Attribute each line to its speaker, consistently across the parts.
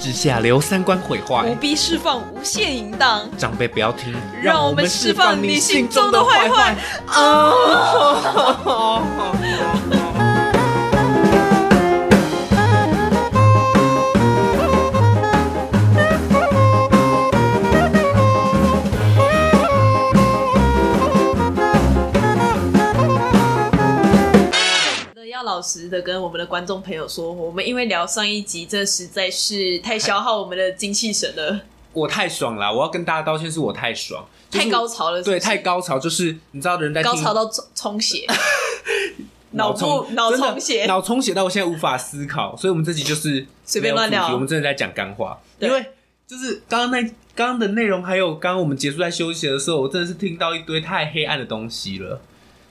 Speaker 1: 之下留三观毁
Speaker 2: 不
Speaker 1: 坏。
Speaker 2: 必释放无限淫荡，
Speaker 1: 长辈不要听，
Speaker 2: 让我们释放你心中的坏坏。
Speaker 1: 啊
Speaker 2: 要老实的跟我们的观众朋友说，我们因为聊上一集，这实在是太消耗我们的精气神了，
Speaker 1: 我太爽了，我要跟大家道歉，是我太爽，就是
Speaker 2: 太高潮了是不
Speaker 1: 对，
Speaker 2: 是
Speaker 1: 太高潮，哎就是你知道人在听
Speaker 2: 高潮到充 充血，脑
Speaker 1: 脑
Speaker 2: 部
Speaker 1: 充
Speaker 2: 脑
Speaker 1: 真的
Speaker 2: 充血，
Speaker 1: 脑充血到我现在无法思考，所以我们这集就是
Speaker 2: 随便
Speaker 1: 没有
Speaker 2: 乱聊
Speaker 1: 主题我们真的在讲干话，
Speaker 2: 对
Speaker 1: 因为就是刚刚那刚刚的内容，还有刚刚我们结束在休息的时候，我真的是听到一堆太黑暗的东西了，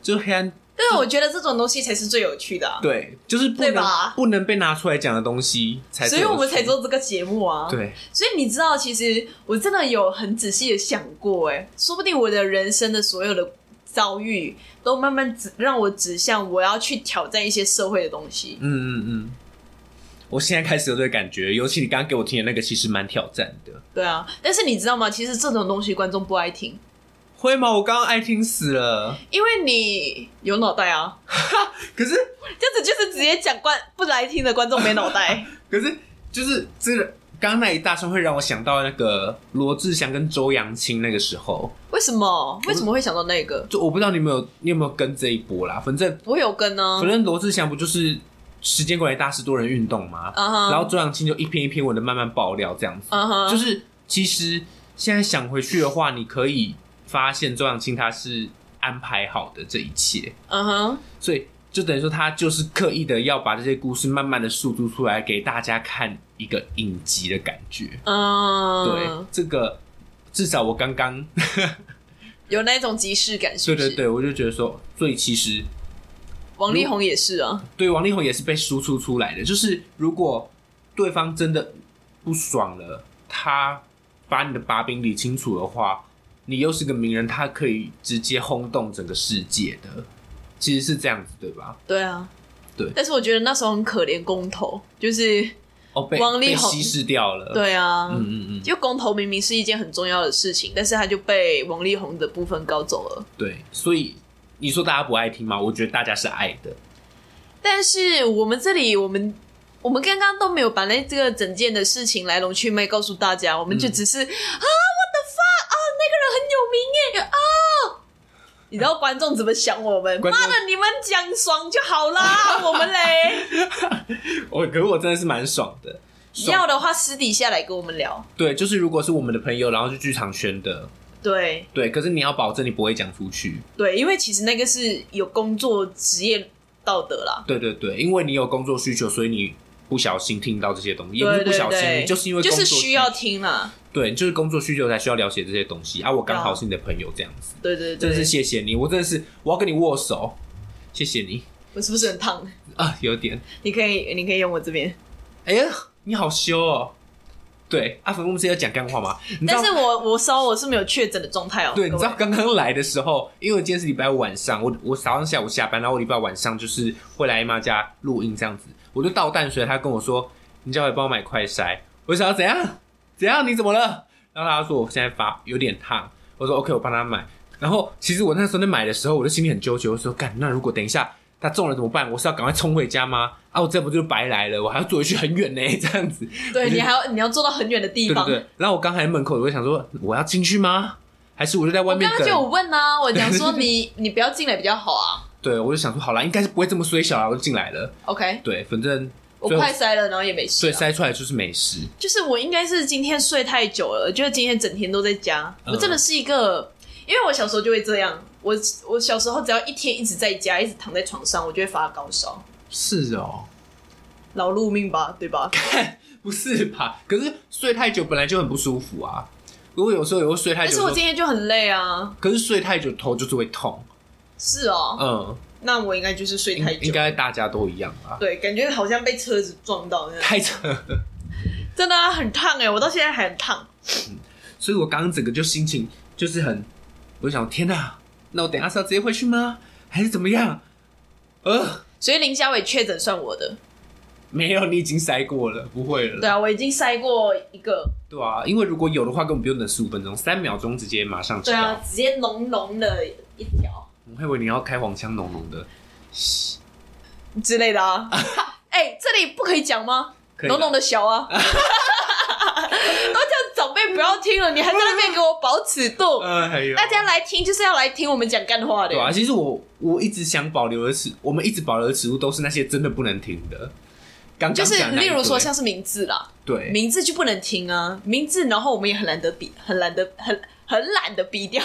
Speaker 1: 就黑暗
Speaker 2: 但啊是我觉得这种东西才是最有趣的、啊，
Speaker 1: 对，就是不
Speaker 2: 对
Speaker 1: 能
Speaker 2: 吧
Speaker 1: 不能被拿出来讲的东西才是
Speaker 2: 所
Speaker 1: 有趣，
Speaker 2: 以我们才做这个节目啊。，
Speaker 1: 对，
Speaker 2: 所以你知道，其实我真的有很仔细的想过、哎，说不定我的人生的所有的遭遇，都慢慢指让我指向我要去挑战一些社会的东西。
Speaker 1: 嗯嗯嗯。我现在开始有这个感觉，尤其你刚刚给我听的那个，其实蛮挑战的。
Speaker 2: 对啊，但是你知道吗？其实这种东西观众不爱听，
Speaker 1: 会吗？我刚刚爱听死了。
Speaker 2: 因为你有脑袋啊，
Speaker 1: 可是
Speaker 2: 这样子就是直接讲观不来听的观众没脑 袋。
Speaker 1: 可是就是这个刚刚那一大串会让我想到那个罗志祥跟周扬青那个时候，
Speaker 2: 为什么？为什么会想到那个？
Speaker 1: 就我不知道你有没有你有没有跟这一波啦，反正
Speaker 2: 我有跟哦呢、
Speaker 1: 反正罗志祥不就是时间管理大师多人运动吗？
Speaker 2: 嗯哼，
Speaker 1: 然后周扬青就一篇一篇文的慢慢爆料这样子，
Speaker 2: 嗯哼，
Speaker 1: 就是其实现在想回去的话，你可以发现周扬青他是安排好的这一切，
Speaker 2: 嗯哼，
Speaker 1: 所以就等于说他就是刻意的要把这些故事慢慢的诉诸出来给大家看一个影集的感觉。
Speaker 2: 嗯，
Speaker 1: 对，这个至少我刚刚，
Speaker 2: 有那种即视感，是
Speaker 1: 对
Speaker 2: 不是？
Speaker 1: 对对，我就觉得说，所以其实
Speaker 2: 王力宏也是啊，
Speaker 1: 对王力宏也是被输出出来的，就是如果对方真的不爽了，他把你的把柄理清楚的话，你又是个名人，他可以直接轰动整个世界的，其实是这样子对吧？
Speaker 2: 对啊，
Speaker 1: 对
Speaker 2: 但是我觉得那时候很可怜公投，就是
Speaker 1: 哦，被
Speaker 2: 王力宏
Speaker 1: 被稀释掉了，，
Speaker 2: 对啊，
Speaker 1: 嗯嗯嗯，
Speaker 2: 就公投明明是一件很重要的事情，但是他就被王力宏的部分搞走了。
Speaker 1: 对，所以你说大家不爱听吗？我觉得大家是爱的，
Speaker 2: 但是我们这里，我们我们刚刚都没有把那这个整件的事情来龙去脉告诉大家，我
Speaker 1: 嗯
Speaker 2: 们就只是、啊，我的 fuck 啊，那个人很有名耶啊。你知道观众怎么想我们？
Speaker 1: 观众
Speaker 2: 妈的，你们讲爽就 好啦，我们嘞，
Speaker 1: 我可是我真的是蛮爽的，爽
Speaker 2: 要的话私底下来跟我们聊。
Speaker 1: 对，就是如果是我们的朋友，然后是剧场圈的，
Speaker 2: 对
Speaker 1: 对，可是你要保证你不会讲出去，
Speaker 2: 对，因为其实那个是有工作职业道德啦，
Speaker 1: 对对对，因为你有工作需求，所以你不小心听到这些东西，也不
Speaker 2: 对
Speaker 1: 是不
Speaker 2: 对
Speaker 1: 小心，
Speaker 2: 对，
Speaker 1: 你就是因为
Speaker 2: 就
Speaker 1: 工作
Speaker 2: 是需要，听啦，
Speaker 1: 对，你就是工作需求才需要了解这些东西啊。我刚好是你的朋友，这样子，
Speaker 2: 对对
Speaker 1: 真的是
Speaker 2: 对，
Speaker 1: 谢谢你，我真的是我要跟你握手，谢谢你
Speaker 2: 我是不是很烫？
Speaker 1: 啊，有点，
Speaker 2: 你可以你可以用我这边，
Speaker 1: 哎呀，你好羞哦。对，阿粉，我们是要讲干话吗？你知道
Speaker 2: 但是我我烧我是没有确诊的状态哦。
Speaker 1: 对，你
Speaker 2: 各
Speaker 1: 知
Speaker 2: 位
Speaker 1: 道刚刚来的时候，因为我今天是礼拜五晚上，我我早上下午下班，然后我礼拜晚上就是会来姨妈家录音这样子，我就倒淡水，他跟我说，你叫我帮我买快筛，我就想要怎样怎样，你怎么了？然后他说我现在发有点烫，我说 OK，我帮他买。然后其实我那时候在买的时候，我就心里很纠结，我说干，那如果等一下他中了怎么办？我是要赶快冲回家吗？啊，我这不就白来了？我还要坐回去很远呢、这样子。
Speaker 2: 对
Speaker 1: 我就
Speaker 2: 你还要你要坐到很远的地
Speaker 1: 对对
Speaker 2: 方。
Speaker 1: 对。然后我刚才门口，我就想说，我要进去吗？还是我就在外
Speaker 2: 我
Speaker 1: 面
Speaker 2: 刚
Speaker 1: 等？
Speaker 2: 刚就有问啊，我 讲说你你不要进来比较好啊。
Speaker 1: 对，我就想说，好啦，应该是不会这么衰小啊啦，我就进来了。
Speaker 2: OK，
Speaker 1: 对，反正
Speaker 2: 我
Speaker 1: 最后
Speaker 2: 快塞了，然后也没事
Speaker 1: 对
Speaker 2: 啊、
Speaker 1: 筛出来就是美食。
Speaker 2: 就是我应该是今天睡太久了，就是今天整天都在家。
Speaker 1: 嗯
Speaker 2: 我真的是一个，因为我小时候就会这样。我我小时候只要一天一直在家，一直躺在床上，我就会发高烧，
Speaker 1: 是哦，
Speaker 2: 劳碌命吧，对吧？
Speaker 1: 不是吧？可是睡太久本来就很不舒服啊。如果有时候也会睡太
Speaker 2: 但
Speaker 1: 久的
Speaker 2: 是
Speaker 1: 时候，
Speaker 2: 我今天就很累啊。
Speaker 1: 可是睡太久头就是会痛。
Speaker 2: 是哦，
Speaker 1: 嗯，
Speaker 2: 那我应该就是睡
Speaker 1: 应
Speaker 2: 太久
Speaker 1: 应。该大家都一样吧？
Speaker 2: 对，感觉好像被车子撞到那样。
Speaker 1: 太扯了，
Speaker 2: 真的、啊、很烫哎、我到现在还很烫。
Speaker 1: 所以我刚刚整个就心情就是很，我就想天哪、那我等一下是要直接回去吗？还是怎么样？呃，
Speaker 2: 所以林佳伟确诊算我的，
Speaker 1: 没有，你已经筛过了，不会了。
Speaker 2: 对啊，我已经筛过一个，
Speaker 1: 对啊，因为如果有的话，根本不用等十五分钟，三秒钟直接马上知
Speaker 2: 对
Speaker 1: 道。
Speaker 2: 啊，直接浓浓的一条
Speaker 1: 我还以为你要开黄腔浓浓的，
Speaker 2: 之类的 啊。哎、这里不可以讲吗？
Speaker 1: 可以
Speaker 2: 浓浓的小 啊，都叫长辈不要听了，你还在那边给我保尺 度。
Speaker 1: 呃，还有
Speaker 2: 大家来听就是要来听我们讲干话的
Speaker 1: 对。啊，其实我我一直想保留的尺，我们一直保留的尺度都是那些真的不能停的。刚
Speaker 2: 就
Speaker 1: 刚
Speaker 2: 是
Speaker 1: 讲那一
Speaker 2: 例
Speaker 1: 堆
Speaker 2: 如说像是名字啦，
Speaker 1: 对，
Speaker 2: 名字就不能听啊，名字，然后我们也很懒得比，很懒得，很很懒得比掉，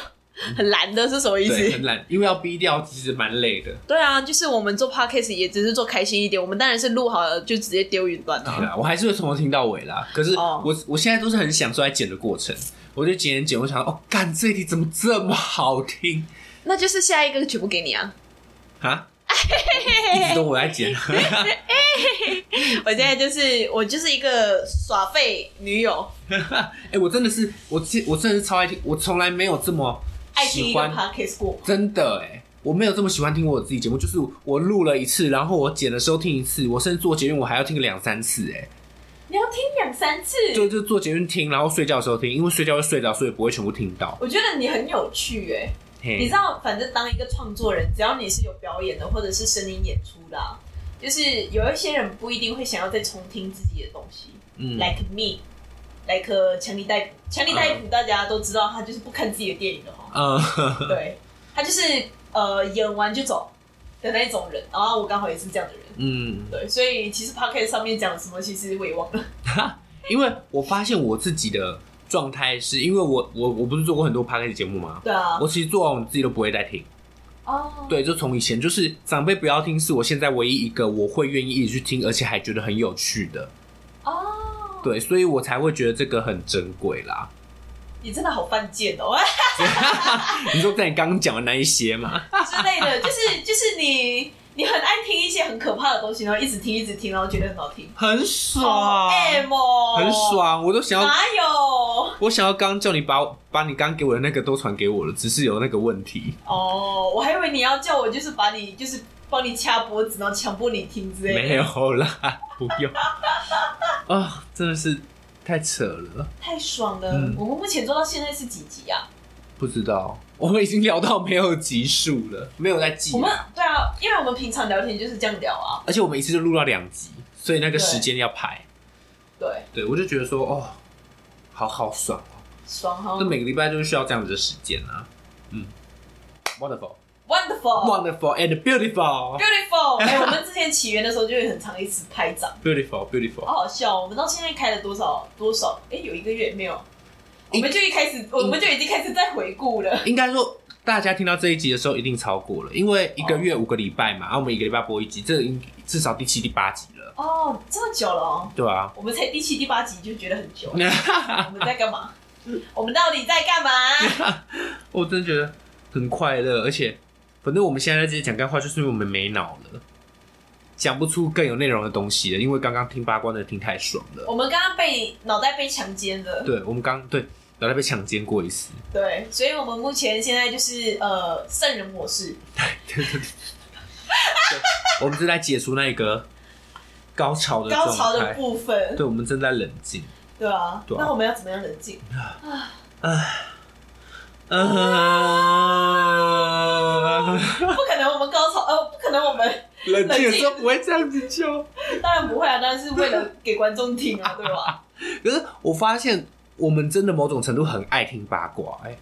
Speaker 2: 很懒得是什么
Speaker 1: 嗯
Speaker 2: 意
Speaker 1: 对，
Speaker 2: 思
Speaker 1: 很？懒，因为要逼掉，其实蛮累的。
Speaker 2: 对啊，就是我们做 podcast 也只是做开心一点，我们当然是录好了就直接丢云端
Speaker 1: 对
Speaker 2: 啊。
Speaker 1: 啦，我还是会从头听到尾啦。可是我、
Speaker 2: 哦
Speaker 1: 我现在都是很享受在剪的过程，我就剪剪剪，我想哦，干这一题怎么这么好听
Speaker 2: 那就是下一个全部给 你啊！
Speaker 1: 啊？一直都我在剪，
Speaker 2: 我现在就是我就是一个耍废女友，
Speaker 1: 哎、我真的是我其我真的是超爱听，我从来没有这么
Speaker 2: 爱听一
Speaker 1: 喜
Speaker 2: 个
Speaker 1: 欢
Speaker 2: podcast 过。
Speaker 1: 真的哎、我没有这么喜欢听我自己节目，就是我录了一次，然后我剪的时候听一次，我甚至做捷运我还要听个两三次哎、
Speaker 2: 你要听两三次，
Speaker 1: 就就做捷运听，然后睡觉的时候听，因为睡觉会睡着，所以不会全部听到。
Speaker 2: 我觉得你很有趣哎、你
Speaker 1: 嘿
Speaker 2: 知，道，反正当一个创作人，只要你是有表演的，或者是声音演出的啊、就是有一些人不一定会想要再重听自己的东西、
Speaker 1: 嗯
Speaker 2: l i k e me，like 呃强力逮捕，强力逮捕大家都知道，他就是不看自己的电影的哦，
Speaker 1: 嗯，
Speaker 2: 对他就是呃演完就走的那种人，然后我刚好也是这样的人，
Speaker 1: 嗯。
Speaker 2: 对，所以其实 p o c k e t 上面讲什么，其实我也忘了，
Speaker 1: 因为我发现我自己的状态是，因为我我我不是做过很多 p o d c a s 节目吗？
Speaker 2: 对啊，
Speaker 1: 我其实做完我自己都不会再听。
Speaker 2: 哦，
Speaker 1: 对，就从以前就是长辈不要听，是我现在唯一一个我会愿意一直去听，而且还觉得很有趣的。
Speaker 2: 哦，
Speaker 1: 对，所以我才会觉得这个很珍贵啦。
Speaker 2: 你真的好犯贱哦。
Speaker 1: 你说在你刚刚讲的那一些嘛，
Speaker 2: 之类的，就是就是你你很爱听一些很可怕的东西，然后一直听一直听，然后觉得很好听，
Speaker 1: 很
Speaker 2: 好
Speaker 1: 爽，
Speaker 2: M 哦，
Speaker 1: 很，爽，我都想要，
Speaker 2: 哪有？
Speaker 1: 我想要刚刚叫你把我把你刚给我的那个都传给我了，只是有那个问题，
Speaker 2: 哦，我还以为你要叫我就是把你就是帮你掐脖子，然后强迫你听之类的，
Speaker 1: 没，有啦，不用啊，真的是太扯了。
Speaker 2: 太爽了。
Speaker 1: 嗯
Speaker 2: 我们目前做到现在是几集啊？
Speaker 1: 不知道，我们已经聊到没有集数了，没有在记
Speaker 2: 我，们对啊，因为我们平常聊天就是这样聊啊，
Speaker 1: 而且我们一次就录到两集，所以那个时间要排。
Speaker 2: 对，
Speaker 1: 对，我就觉得说，哦，好好爽哦，
Speaker 2: 爽哈
Speaker 1: 就每个礼拜都需要这样子的时间啊。嗯，wonderful,
Speaker 2: ，wonderful。
Speaker 1: wonderful and beautiful,
Speaker 2: Beautiful！哎、 我们之前起源的时候就会很常一直拍掌，
Speaker 1: beautiful, beautiful。
Speaker 2: 好好笑、哦。我们到现在开了多少多少？哎、有一个月没有？我们就一开始，我们就已经开始在回顾了。
Speaker 1: 应该说，大家听到这一集的时候一定超过了，因为一个月五个礼拜嘛，然、啊后我们一个礼拜播一集，这已经至少第七、第八集了，
Speaker 2: 哦，这么久了哦，
Speaker 1: 对啊。
Speaker 2: 我们才第七、第八集就觉得很久。我们在干嘛？我们到底在干嘛？
Speaker 1: 我真的觉得很快乐，而且反正我们现在在这里讲干话，就是因为我们没脑了，讲不出更有内容的东西了，因为刚刚听八卦的听太爽了。
Speaker 2: 我们刚刚被脑袋被强奸了，
Speaker 1: 对，我们刚对脑袋被强奸过一次，
Speaker 2: 对，所以我们目前现在就是呃圣人模式，
Speaker 1: 对对对，对我们正在解除那个高潮的
Speaker 2: 高
Speaker 1: 状
Speaker 2: 潮的
Speaker 1: 态，
Speaker 2: 部分，
Speaker 1: 对，我们正在冷静。
Speaker 2: 对啊。
Speaker 1: 对啊
Speaker 2: 那我们要怎么样冷静？ 嗯
Speaker 1: 啊，
Speaker 2: 不可能，我们高潮呃，不可能，我们
Speaker 1: 冷静的时候不会这样子叫。
Speaker 2: 当然不会啊，当然是为了给观众听 啊，对吧？
Speaker 1: 可是我发现我们真的某种程度很爱听八卦、哎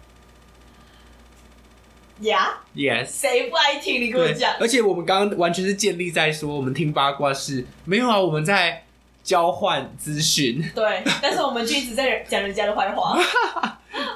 Speaker 2: 呀，
Speaker 1: ，yes。
Speaker 2: 谁不爱听？你跟我
Speaker 1: 对
Speaker 2: 讲，，
Speaker 1: 而且我们刚刚完全是建立在说我们听八卦是没有啊，我们在交换资讯，
Speaker 2: 对，但是我们就一直在讲人家的坏 话，好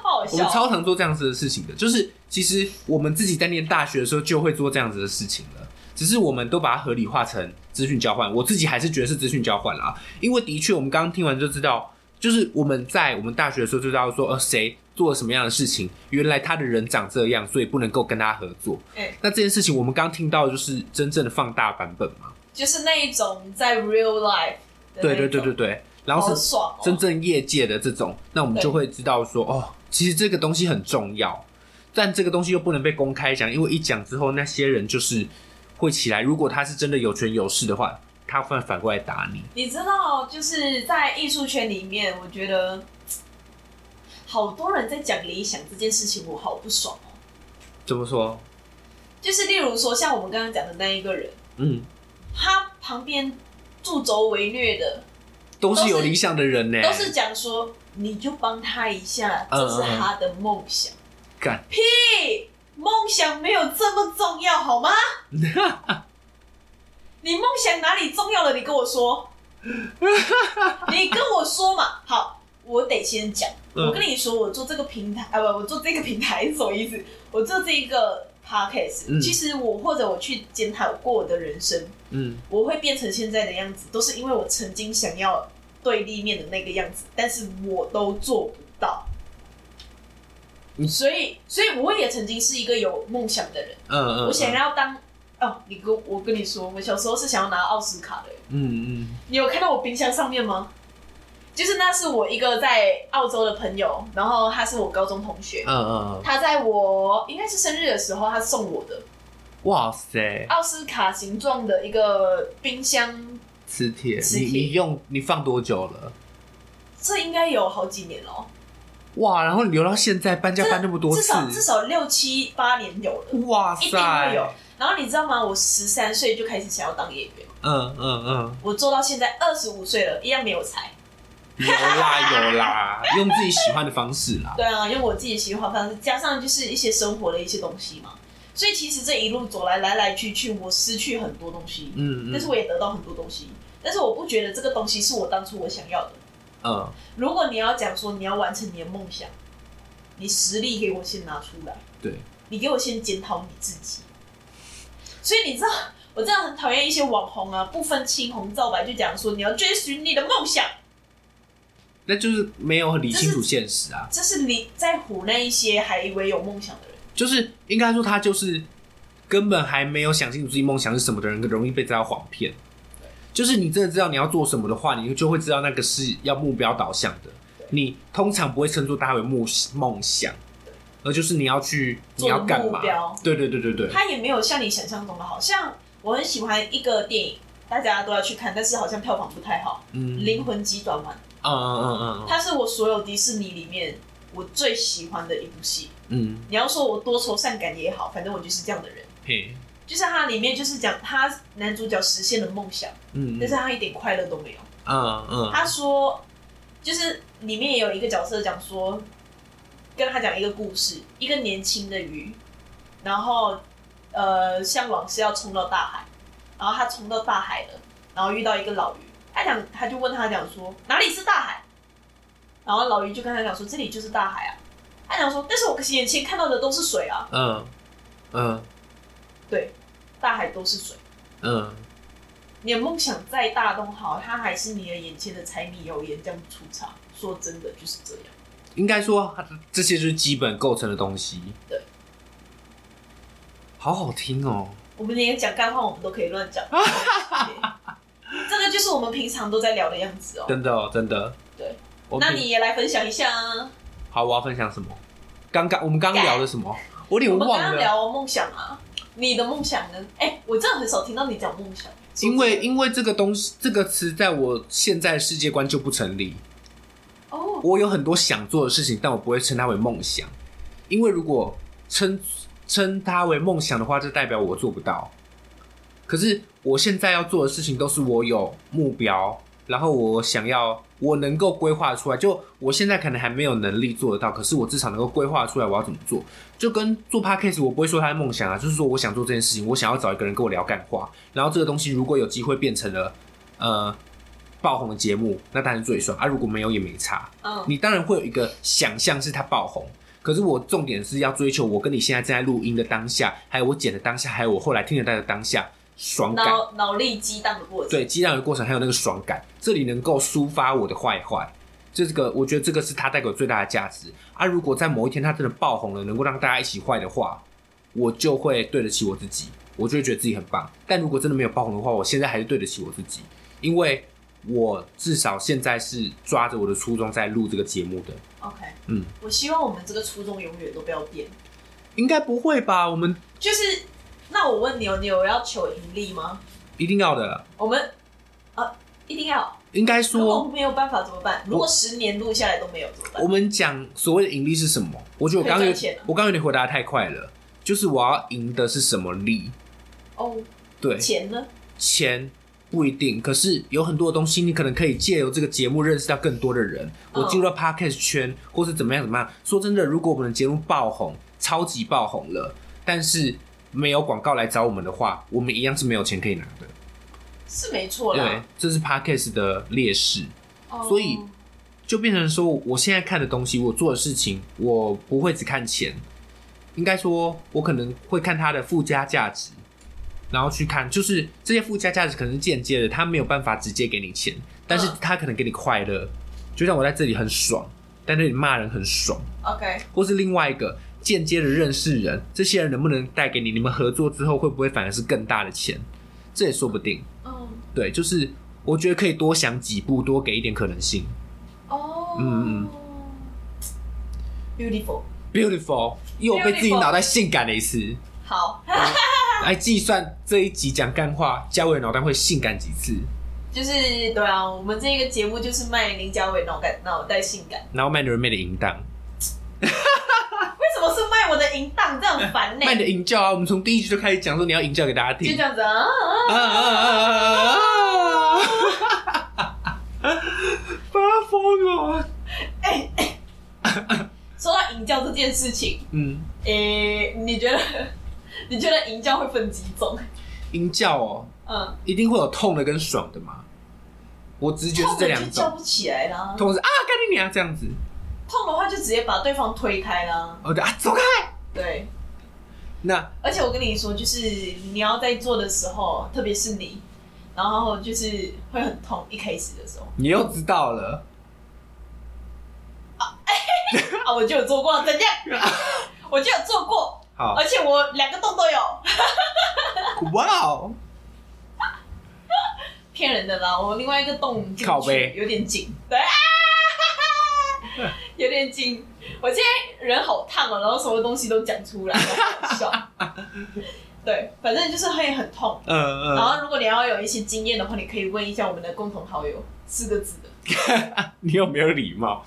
Speaker 2: 好
Speaker 1: 我们
Speaker 2: 笑。哦
Speaker 1: 超常做这样子的事情的。就是其实我们自己在念大学的时候就会做这样子的事情了，只是我们都把它合理化成资讯交换。我自己还是觉得是资讯交换啦，因为的确我们刚刚听完就知道，就是我们在我们大学的时候就知道说，呃，谁做了什么样的事情，原来他的人长这样，所以不能够跟他合作。
Speaker 2: 哎
Speaker 1: 那这件事情我们刚听到的就是真正的放大版本嘛。
Speaker 2: 就是那一种在 real life，的
Speaker 1: 对
Speaker 2: 那
Speaker 1: 对
Speaker 2: 一
Speaker 1: 对
Speaker 2: 种
Speaker 1: 对对，然后
Speaker 2: 好
Speaker 1: 是
Speaker 2: 爽哦，
Speaker 1: 真正业界的这种，那我们
Speaker 2: 对
Speaker 1: 就会知道说，哦，其实这个东西很重要，但这个东西又不能被公开讲，因为一讲之后，那些人就是会起来。如果他是真的有权有势的话，他反反过来打你。
Speaker 2: 你知道，就是在艺术圈里面，我觉得好多人在讲理想这件事情，我好不爽哦。
Speaker 1: 怎么说？
Speaker 2: 就是例如说，像我们刚刚讲的那一个人，
Speaker 1: 嗯，
Speaker 2: 他旁边助纣为虐的，
Speaker 1: 都
Speaker 2: 都
Speaker 1: 是
Speaker 2: 是
Speaker 1: 有理想的人呢、
Speaker 2: 都是讲说你就帮他一下，
Speaker 1: 哎嗯
Speaker 2: 这是他的梦想。
Speaker 1: 干，
Speaker 2: 嘿，梦想没有这么重要 好吗？你梦想哪里重要了？你跟 我说，你跟我说嘛。好，我得先讲。
Speaker 1: 嗯
Speaker 2: 我跟你说，我做这个平台，啊不，我做这个平台是什么意思？我做这个 podcast，、
Speaker 1: 嗯
Speaker 2: 其实我或者我去检讨过我的人生，
Speaker 1: 嗯
Speaker 2: 我会变成现在的样子，都是因为我曾经想要对立面的那个样子，但是我都做不到。
Speaker 1: 嗯
Speaker 2: 所以，所以我也曾经是一个有梦想的人，
Speaker 1: 嗯嗯，
Speaker 2: 我想要当哦，你跟我跟你说，我小时候是想要拿奥斯卡的。
Speaker 1: 嗯嗯
Speaker 2: 你有看到我冰箱上面吗？就是那是我一个在澳洲的朋友，然后他是我高中同学
Speaker 1: 嗯，嗯嗯，
Speaker 2: 他在我应该是生日的时候，他送我的
Speaker 1: 哇塞，
Speaker 2: 奥斯卡形状的一个冰箱，
Speaker 1: 磁铁，
Speaker 2: 磁
Speaker 1: 你
Speaker 2: 铁
Speaker 1: 你用你放多久了？
Speaker 2: 这应该有好几年了、
Speaker 1: 哇，然后你留到现在搬家搬那么多
Speaker 2: 至
Speaker 1: 次，
Speaker 2: 少至少六七八年有了，
Speaker 1: 哇
Speaker 2: 一定会
Speaker 1: 塞，
Speaker 2: 有。然后你知道吗？我十三岁就开始想要当演员，
Speaker 1: 嗯嗯嗯，
Speaker 2: 我做到现在二十五岁了，一样没有才。
Speaker 1: 有啦有 啦，用自己喜欢的方式啦，
Speaker 2: 对啊，因为我自己喜欢方式，加上就是一些生活的一些东西嘛，所以其实这一路走来，来来去去，我失去很多东西，
Speaker 1: 嗯
Speaker 2: 但是
Speaker 1: 嗯
Speaker 2: 我也得到很多东西，但是我不觉得这个东西是我当初我想要的。
Speaker 1: 嗯，
Speaker 2: 如果你要讲说你要完成你的梦想，你实力给我先拿出来，
Speaker 1: 对，
Speaker 2: 你给我先检讨你自己。所以你知道，我真的很讨厌一些网红啊，不分青红皂白就讲说你要追寻你的梦想，
Speaker 1: 那就是没有理清楚现实啊，
Speaker 2: 这是你在唬那一些还以为有梦想的人。
Speaker 1: 就是应该说他就是根本还没有想清楚自己梦想是什么的人，容易被这样谎骗。就是你真的知道你要做什么的话，你就会知道那个是要目标导向的。你通常不会称作大家为梦梦想，而就是你要去你
Speaker 2: 做
Speaker 1: 要干嘛
Speaker 2: 目标？
Speaker 1: 对对对对对，
Speaker 2: 它也没有像你想象中的好。像我很喜欢一个电影，大家都要去看，但是好像票房不太好，
Speaker 1: 嗯，
Speaker 2: 《灵魂急转弯》，
Speaker 1: 嗯嗯嗯嗯
Speaker 2: 它是我所有迪士尼里面我最喜欢的一部戏。
Speaker 1: 嗯，
Speaker 2: 你要说我多愁善感也好，反正我就是这样的人。
Speaker 1: 嘿，
Speaker 2: 就是它里面就是讲他男主角实现了梦想，
Speaker 1: 嗯，
Speaker 2: 但是他一点快乐都没有。
Speaker 1: 嗯嗯
Speaker 2: 他说，就是里面也有一个角色讲说，跟他讲一个故事，一个年轻的鱼，然后呃向往是要冲到大海，然后他冲到大海了，然后遇到一个老鱼，他讲他就问他讲说哪里是大海，然后老鱼就跟他讲说这里就是大海啊，他讲说但是我眼前看到的都是水啊，
Speaker 1: 嗯嗯
Speaker 2: 对，大海都是水。
Speaker 1: 嗯，
Speaker 2: 你的梦想再大都好，它还是你的眼前的柴米油盐酱醋茶。说真的，就是这样。
Speaker 1: 应该说它这些就是基本构成的东西。
Speaker 2: 对，
Speaker 1: 好好听哦、
Speaker 2: 我们连讲干话我们都可以乱讲，对这个就是我们平常都在聊的样子哦、
Speaker 1: 真的哦，真的。
Speaker 2: 对
Speaker 1: 我
Speaker 2: 那
Speaker 1: 比
Speaker 2: 你也来分享一下啊，
Speaker 1: 好，我要分享什么？刚刚我们刚聊的什么？我有点
Speaker 2: 我们
Speaker 1: 忘
Speaker 2: 刚刚
Speaker 1: 了，
Speaker 2: 聊梦想啊，你的梦想呢？哎、我真的很少听到你讲梦想，
Speaker 1: 因为因为这个东西这个词在我现在世界观就不成立。
Speaker 2: 哦，
Speaker 1: 我有很多想做的事情，但我不会称它为梦想，因为如果称称它为梦想的话，就代表我做不到。可是我现在要做的事情都是我有目标，然后我想要我能够规划出来。就我现在可能还没有能力做得到，可是我至少能够规划出来我要怎么做。就跟做 podcast，我不会说它是梦想啊，就是说我想做这件事情，我想要找一个人跟我聊干话，然后这个东西如果有机会变成了呃爆红的节目，那当然最爽啊！如果没有也没差。
Speaker 2: 嗯，
Speaker 1: 你当然会有一个想象是它爆红，可是我重点是要追求我跟你现在正在录音的当下，还有我剪的当下，还有我后来听得到的当下爽感，
Speaker 2: 脑脑力激荡的过程，
Speaker 1: 对，激荡的过程还有那个爽感，这里能够抒发我的坏坏，这个我觉得这个是它带给我最大的价值啊！如果在某一天它真的爆红了，能够让大家一起坏的话，我就会对得起我自己，我就会觉得自己很棒。但如果真的没有爆红的话，我现在还是对得起我自己，因为我至少现在是抓着我的初衷在录这个节目的。
Speaker 2: ，OK，
Speaker 1: 嗯，
Speaker 2: 我希望我们这个初衷永远都不要变。
Speaker 1: 应该不会吧？我们
Speaker 2: 就是，那我问你哦，你有要求盈利吗？
Speaker 1: 一定要的。
Speaker 2: 我们呃一定要。
Speaker 1: 应该
Speaker 2: 如果
Speaker 1: 说，
Speaker 2: 没有办法怎么办？如果十年录下来都没有怎么办
Speaker 1: 我？们讲所谓的盈利是什么？我觉得我刚刚有
Speaker 2: 可以赚钱啊
Speaker 1: 我刚刚有点回答得太快了，就是我要赢的是什么利？
Speaker 2: 哦，
Speaker 1: 对，
Speaker 2: 钱呢？
Speaker 1: 钱不一定，可是有很多的东西，你可能可以借由这个节目认识到更多的人。
Speaker 2: 嗯
Speaker 1: 我进入到 podcast 圈，或是怎么样怎么样。说真的，如果我们的节目爆红，超级爆红了，但是没有广告来找我们的话，我们一样是没有钱可以拿的。
Speaker 2: 是没错
Speaker 1: 对
Speaker 2: 啦。，
Speaker 1: 这是 podcast 的劣势。
Speaker 2: 哦
Speaker 1: 所以就变成说，我现在看的东西，我做的事情，我不会只看钱，应该说，我可能会看它的附加价值，然后去看，就是这些附加价值可能是间接的，它没有办法直接给你钱，但是
Speaker 2: 嗯
Speaker 1: 它可能给你快乐，就像我在这里很爽，在那里骂人很爽，
Speaker 2: 哦 OK，
Speaker 1: 或是另外一个间接的认识人，这些人能不能带给你，你们合作之后会不会反而是更大的钱，这也说不定。
Speaker 2: 嗯，
Speaker 1: 对，就是我觉得可以多想几步，多给一点可能性。
Speaker 2: 哦，
Speaker 1: 嗯嗯
Speaker 2: ，beautiful，
Speaker 1: Beautiful，又被自己脑袋性感了一次。
Speaker 2: 好，
Speaker 1: 来计算这一集讲干话，嘉伟脑袋会性感几次，
Speaker 2: 就是对啊，我们这个节目就是卖林嘉伟脑袋脑袋性感，
Speaker 1: 然后卖人妹的淫荡，
Speaker 2: 为什么是卖我的淫荡？这很烦呢、
Speaker 1: 卖你的淫教啊！我们从第一集就开始讲说你要淫教给大家
Speaker 2: 就
Speaker 1: 听
Speaker 2: 这。样子啊，
Speaker 1: 啊啊啊啊啊！发疯啊！
Speaker 2: 哎说到淫教这件事情，
Speaker 1: 嗯，
Speaker 2: 诶、你觉得 你觉得淫教会分几种？
Speaker 1: 淫教哦，
Speaker 2: 嗯，
Speaker 1: 一定会有痛的跟爽的嘛。我直觉是
Speaker 2: 痛
Speaker 1: 这
Speaker 2: 的
Speaker 1: 两
Speaker 2: 就叫
Speaker 1: 种，
Speaker 2: 不起来啦，
Speaker 1: 痛是啊，干你娘这样子，
Speaker 2: 痛的话就直接把对方推开啦，
Speaker 1: 哦对啊，走开。
Speaker 2: 对。
Speaker 1: 那
Speaker 2: 而且我跟你说，就是你要在做的时候，特别是你，然后就是会很痛，一开始的时候
Speaker 1: 你又知道了，
Speaker 2: 啊，我就有做过，怎样？ 我就有做过，
Speaker 1: 好，
Speaker 2: 而且我两个洞都有，
Speaker 1: 哇哦，
Speaker 2: 骗人的啦，我另外一个洞进去
Speaker 1: 靠背
Speaker 2: 有点紧， 对啊，有点紧。我现在人好烫哦、然后什么东西都讲出来，好好 笑。对，反正就是会很痛。
Speaker 1: 嗯嗯。
Speaker 2: 然后，如果你要有一些经验的话，你可以问一下我们的共同好友，四个字的。
Speaker 1: 你有没有礼貌？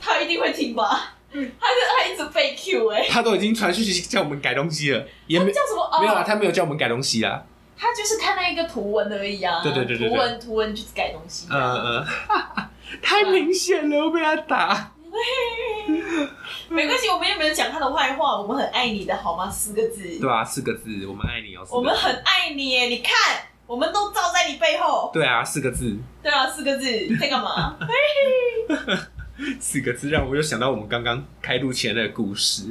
Speaker 2: 他一定会听吧？嗯，他就他一直被 Q 哎、
Speaker 1: 他都已经传讯息叫我们改东西了，也没
Speaker 2: 叫什么？哦、
Speaker 1: 没有啦，啊他没有叫我们改东西啊啦。
Speaker 2: 他就是看那一个图文而已啊。
Speaker 1: 对对对对对
Speaker 2: 图文图文就是改东西。
Speaker 1: 嗯嗯， 太明显了，我被他打。
Speaker 2: 没关系，我们也没有讲他的坏话，我们很爱你的好吗？四个字，
Speaker 1: 对啊，四个字，我们爱你哦。四个字
Speaker 2: 我们很爱你耶！你看，我们都罩在你背后。
Speaker 1: 对啊，四个字，
Speaker 2: 对啊，四个字在干嘛？
Speaker 1: 四个字让我又想到我们刚刚开录前的故事。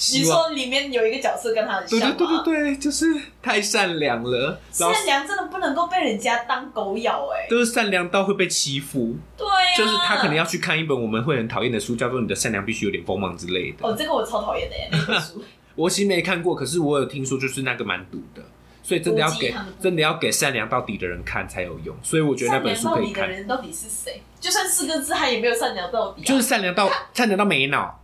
Speaker 2: 你
Speaker 1: 希望
Speaker 2: 说里面有一个角色跟他很
Speaker 1: 对
Speaker 2: 像
Speaker 1: 对
Speaker 2: 吗？
Speaker 1: 对对对，就是太善良了，然后
Speaker 2: 善良真的不能够被人家当狗咬哎、
Speaker 1: 都是善良到会被欺负，
Speaker 2: 对呀、啊，
Speaker 1: 就是他可能要去看一本我们会很讨厌的书，叫做《你的善良必须有点锋芒》之类的。
Speaker 2: 哦，这个我超 讨厌的耶，那本书。
Speaker 1: 我其实没看过，可是我有听说，就是那个蛮毒的，所以真的要
Speaker 2: 毒鸡
Speaker 1: 给
Speaker 2: 汤的部分
Speaker 1: 真的要给善良到底的人看才有用。所以我觉得那
Speaker 2: 善
Speaker 1: 本
Speaker 2: 良
Speaker 1: 书
Speaker 2: 到
Speaker 1: 可
Speaker 2: 底
Speaker 1: 以
Speaker 2: 的
Speaker 1: 看，
Speaker 2: 人到底是谁？就算四个字，他也没有善良到底、啊。
Speaker 1: 就是善良 到善良到没脑，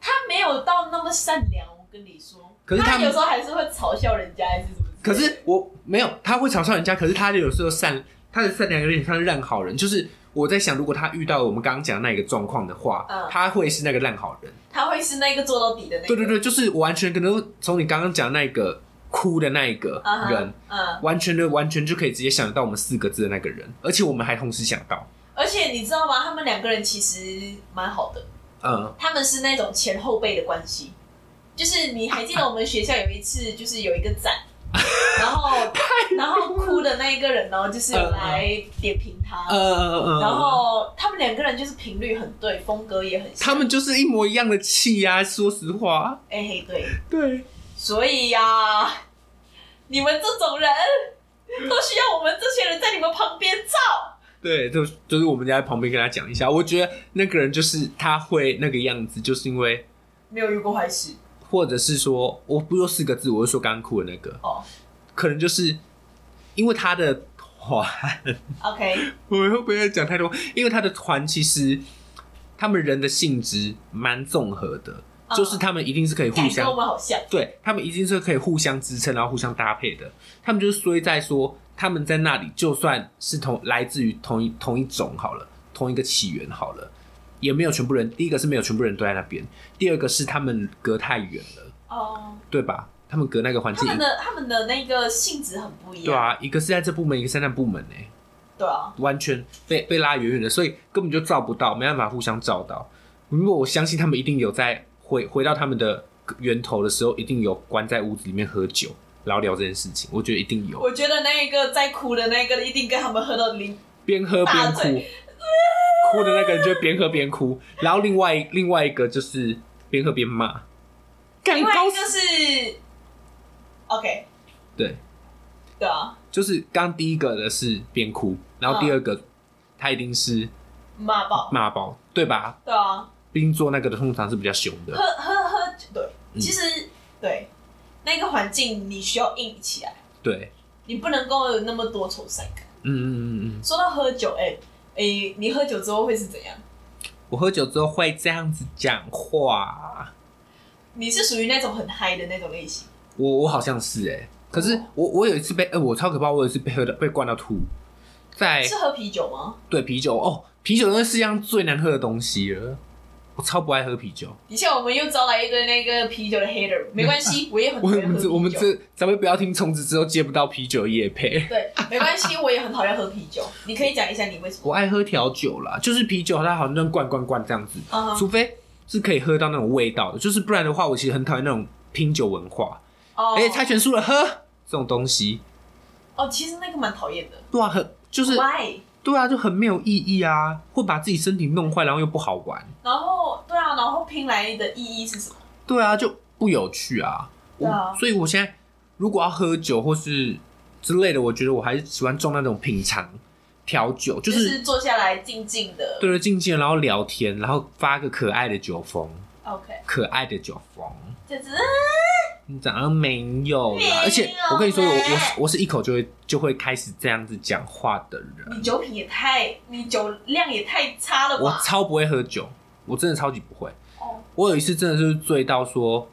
Speaker 2: 他没有到那么善良，我跟你说。
Speaker 1: 可是
Speaker 2: 他
Speaker 1: 他
Speaker 2: 有时候还是会嘲笑人家，还是什么之
Speaker 1: 可
Speaker 2: 类的？
Speaker 1: 是我没有，他会嘲笑人家，可是他有时候善他的善良有点像烂好人，就是我在想，如果他遇到我们刚刚讲的那个状况的话，
Speaker 2: 嗯
Speaker 1: 他会是那个烂好人。
Speaker 2: 他会是那个做到底的那个。
Speaker 1: 对对，对，就是我完全可能从你刚刚讲那个哭的那一个
Speaker 2: 啊哈
Speaker 1: 人。
Speaker 2: 嗯。
Speaker 1: 完全的，完全就可以直接想得到我们四个字的那个人，而且我们还同时想到，
Speaker 2: 而且你知道吗？他们两个人其实蛮好的，
Speaker 1: 嗯，
Speaker 2: 他们是那种前后辈的关系。就是你还记得我们学校有一次，就是有一个 展，然后然后哭的那一个人呢，
Speaker 1: 嗯
Speaker 2: 就是有来点评他，
Speaker 1: 呃呃呃，
Speaker 2: 然后他们两个人就是频率很对，风格也很像。
Speaker 1: 他们就是一模一样的气呀、说实话，
Speaker 2: 哎、嘿，对，
Speaker 1: 对，
Speaker 2: 所以呀、你们这种人都需要我们这些人在你们旁边照。
Speaker 1: 对，就就是我们家在旁边跟他讲一下，我觉得那个人就是他会那个样子，就是因为，
Speaker 2: 没有遇过坏事
Speaker 1: 或者是说，我不说四个字，我就说刚刚哭的那个，
Speaker 2: 哦。
Speaker 1: 可能就是因为他的团，
Speaker 2: OK，
Speaker 1: 我会不会讲太多？因为他的团其实他们人的性质蛮综合的，
Speaker 2: 嗯
Speaker 1: 就是他们一定是可以互
Speaker 2: 感觉跟
Speaker 1: 相
Speaker 2: 我们好像。
Speaker 1: 对他们一定是可以互相支撑，然后互相搭配的。他们就是衰在说他们在那里就算是同来自于同一同一种好了，同一个起源好了，也没有全部人。第一个是没有全部人都在那边，第二个是他们隔太远了，
Speaker 2: 哦，
Speaker 1: 对吧？他们隔那个环
Speaker 2: 他
Speaker 1: 境
Speaker 2: 们，的他们的那个性质很不一
Speaker 1: 对
Speaker 2: 样，
Speaker 1: 啊，一个是在这部门，一个是在那部门呢、
Speaker 2: 对啊，
Speaker 1: 完全被被拉远远的，所以根本就照不到，没办法互相照到。如果我相信他们一定有在回回到他们的源头的时候，一定有关在屋子里面喝酒，然后聊这件事情，我觉得一定有，
Speaker 2: 我觉得那个在哭的那个一定跟他们喝到零
Speaker 1: 边喝边
Speaker 2: 大
Speaker 1: 哭，哭的那个人就边喝边哭，然后另外另外一个就是边喝边骂，干
Speaker 2: 另外
Speaker 1: 哎高
Speaker 2: 一个是，OK，
Speaker 1: 对，
Speaker 2: 对啊，
Speaker 1: 就是刚第一个的是边哭，然后第二
Speaker 2: 嗯
Speaker 1: 个、他一定是
Speaker 2: 妈宝，
Speaker 1: 骂爆，对吧？
Speaker 2: 对啊，
Speaker 1: 毕竟做那个的通常是比较凶的
Speaker 2: 喝，喝喝，对，其实对那个环境你需要硬起来，
Speaker 1: 对，
Speaker 2: 你不能够有那么多愁善感。
Speaker 1: 嗯嗯嗯嗯。
Speaker 2: 说到喝酒，哎、哎、你喝酒之后会是怎样？
Speaker 1: 我喝酒之后会这样子讲话，
Speaker 2: 你是属于那种很嗨的那种类型，
Speaker 1: 我我好像是哎、可是我我有一次被，呃，我超可怕，我有一次被喝到被灌到吐，在
Speaker 2: 是喝啤酒吗？
Speaker 1: 对啤酒哦，啤酒那是世界上最难喝的东西了，我超不爱喝啤酒。
Speaker 2: 底下我们又招来一堆那个啤酒的 hater，没 关系，我也很
Speaker 1: 我我
Speaker 2: 讨厌喝
Speaker 1: 们
Speaker 2: 啤
Speaker 1: 这
Speaker 2: 酒。
Speaker 1: 我们这咱们不要听从此之后接不到啤酒业配。
Speaker 2: 对，没关系，我也很讨厌喝啤酒。你可以讲一下你为什么？
Speaker 1: 我爱喝调酒啦，就是啤酒它好像那样灌灌灌这样子，
Speaker 2: 嗯
Speaker 1: 除非是可以喝到那种味道的，就是不然的话，我其实很讨厌那种拼酒文化，
Speaker 2: 哦
Speaker 1: 哎、猜拳输了喝这种东西，
Speaker 2: 哦，其实那个蛮讨厌的。
Speaker 1: 对啊，很就是。
Speaker 2: Why？
Speaker 1: 对啊，就很没有意义啊，会把自己身体弄坏，然后又不好玩。
Speaker 2: 然后对啊，然后拼来的意义是什么？
Speaker 1: 对啊，就不有趣啊。我
Speaker 2: 对啊
Speaker 1: 所以我现在如果要喝酒或是之类的，我觉得我还是喜欢种那种品尝调酒，就、
Speaker 2: 就是是坐下来静静的。
Speaker 1: 对着镜镜，然后聊天，然后发个可爱的酒疯，
Speaker 2: ，OK，
Speaker 1: 可爱的酒疯。
Speaker 2: 这只
Speaker 1: 你早上没有
Speaker 2: 没有欸
Speaker 1: 啦，而且我跟你说，我
Speaker 2: 咩
Speaker 1: 我是我是一口就会就会开始这样子讲话的人，
Speaker 2: 你酒品也太，你酒量也太差了
Speaker 1: 我
Speaker 2: 吧？
Speaker 1: 超不会喝酒，我真的超级不会。
Speaker 2: 哦，
Speaker 1: 我有一次真的是醉到说，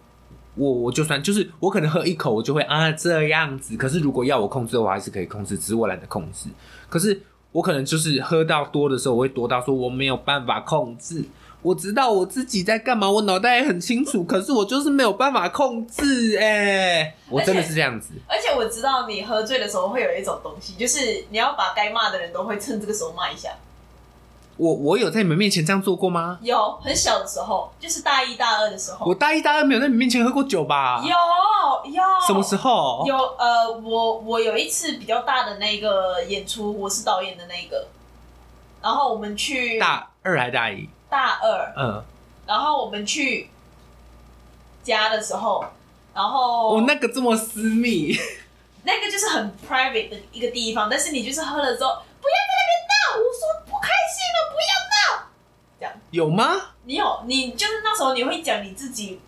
Speaker 1: 我我就算就是我可能喝一口，我就会啊这样子。可是如果要我控制，我还是可以控制，只是我懒得控制。可是我可能就是喝到多的时候，我会多到说我没有办法控制。我知道我自己在干嘛，我脑袋也很清楚，可是我就是没有办法控制、哎，我真的是这样子，
Speaker 2: 而且我知道你喝醉的时候会有一种东西，就是你要把该骂的人都会趁这个时候骂一下。
Speaker 1: 我我有在你们面前这样做过吗？
Speaker 2: 有很小的时候，就是大一大二的时候，
Speaker 1: 我大一、大二没有在你们面前喝过酒吧？
Speaker 2: 有有
Speaker 1: 什么时候？
Speaker 2: 有呃，我我有一次比较大的那个演出，我是导演的那个，然后我们去
Speaker 1: 大二还大一？
Speaker 2: 大二，
Speaker 1: 嗯，
Speaker 2: 然后我们去家的时候，然后
Speaker 1: 哦，那个这么私密。
Speaker 2: 那个就是很 private 的一个地方，但是你就是喝了之后，不要在那边闹，我说不开心了，不要闹。
Speaker 1: 有吗？
Speaker 2: 你有你就是那时候你会讲你自己